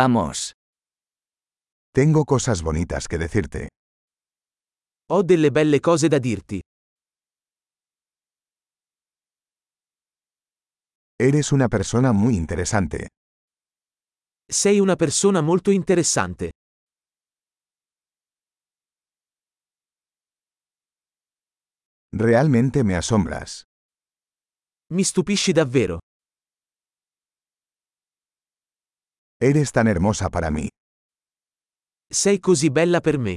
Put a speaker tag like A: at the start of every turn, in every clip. A: Vamos.
B: Tengo cosas bonitas que decirte.
A: Ho delle belle cose da dirti.
B: Eres una persona muy interesante.
A: Sei una persona molto interessante.
B: Realmente me asombras.
A: Mi stupisci davvero.
B: Eres tan hermosa para mí.
A: Sei così bella per me.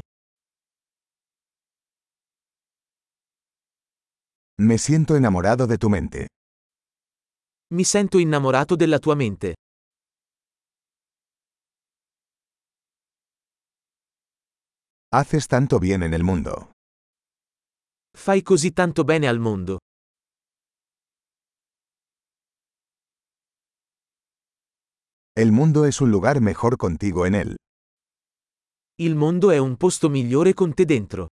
B: Me siento enamorado de tu mente.
A: Mi sento innamorato della tua mente.
B: Haces tanto bien en el mundo.
A: Fai così tanto bene al mondo.
B: El mundo es un lugar mejor contigo en él.
A: Il mondo è un posto migliore con te dentro.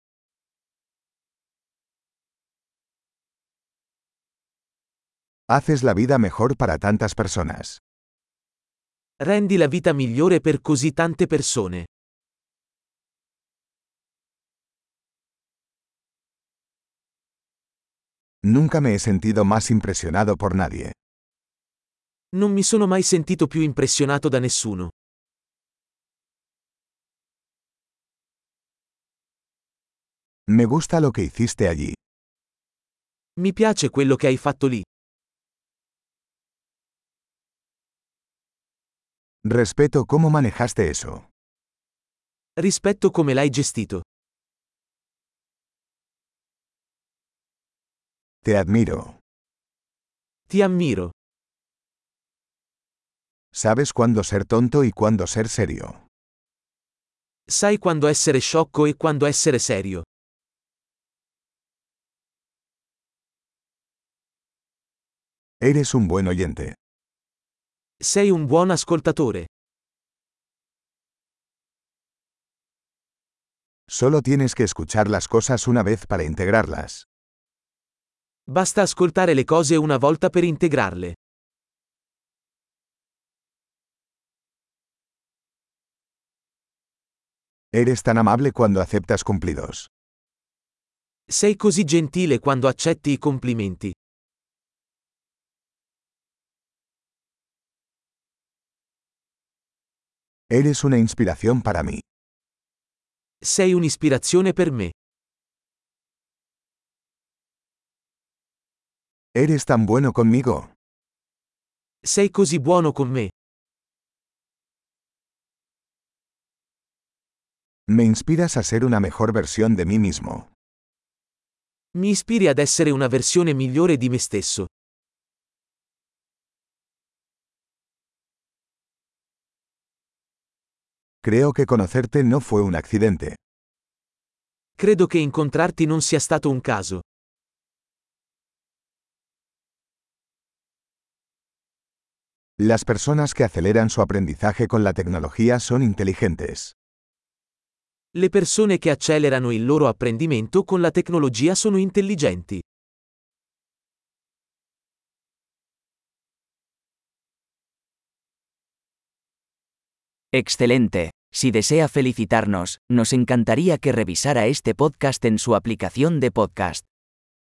B: Haces la vida mejor para tantas personas.
A: Rendi la vita migliore per così tante persone.
B: Nunca me he sentido más impresionado por nadie.
A: Non mi sono mai sentito più impressionato da nessuno.
B: Me gusta lo que hiciste allí.
A: Mi piace quello che hai fatto lì.
B: Respeto cómo manejaste eso.
A: Rispetto come l'hai gestito.
B: Te admiro.
A: Ti ammiro.
B: Sabes cuándo ser tonto y cuándo ser serio.
A: Sai quando essere sciocco e quando essere serio.
B: Eres un buen oyente.
A: Sei un buon ascoltatore.
B: Solo tienes que escuchar las cosas una vez para integrarlas.
A: Basta ascoltare le cose una volta per integrarle.
B: Eres tan amable cuando aceptas cumplidos.
A: Sei così gentile quando accetti i complimenti.
B: Eres una inspiración para mí.
A: Sei un'ispirazione per me.
B: Eres tan bueno conmigo.
A: Sei così buono con me.
B: Me inspiras a ser una mejor versión de mí mismo.
A: Mi ispiri ad essere una versione migliore di me stesso.
B: Creo que conocerte no fue un accidente.
A: Credo che incontrarti non sia stato un caso.
B: Las personas que aceleran su aprendizaje con la tecnología son inteligentes.
A: Le persone che accelerano il loro apprendimento con la tecnologia sono intelligenti.
C: Excelente. Si desea felicitarnos, nos encantaría que revisara este podcast en su aplicación de podcast.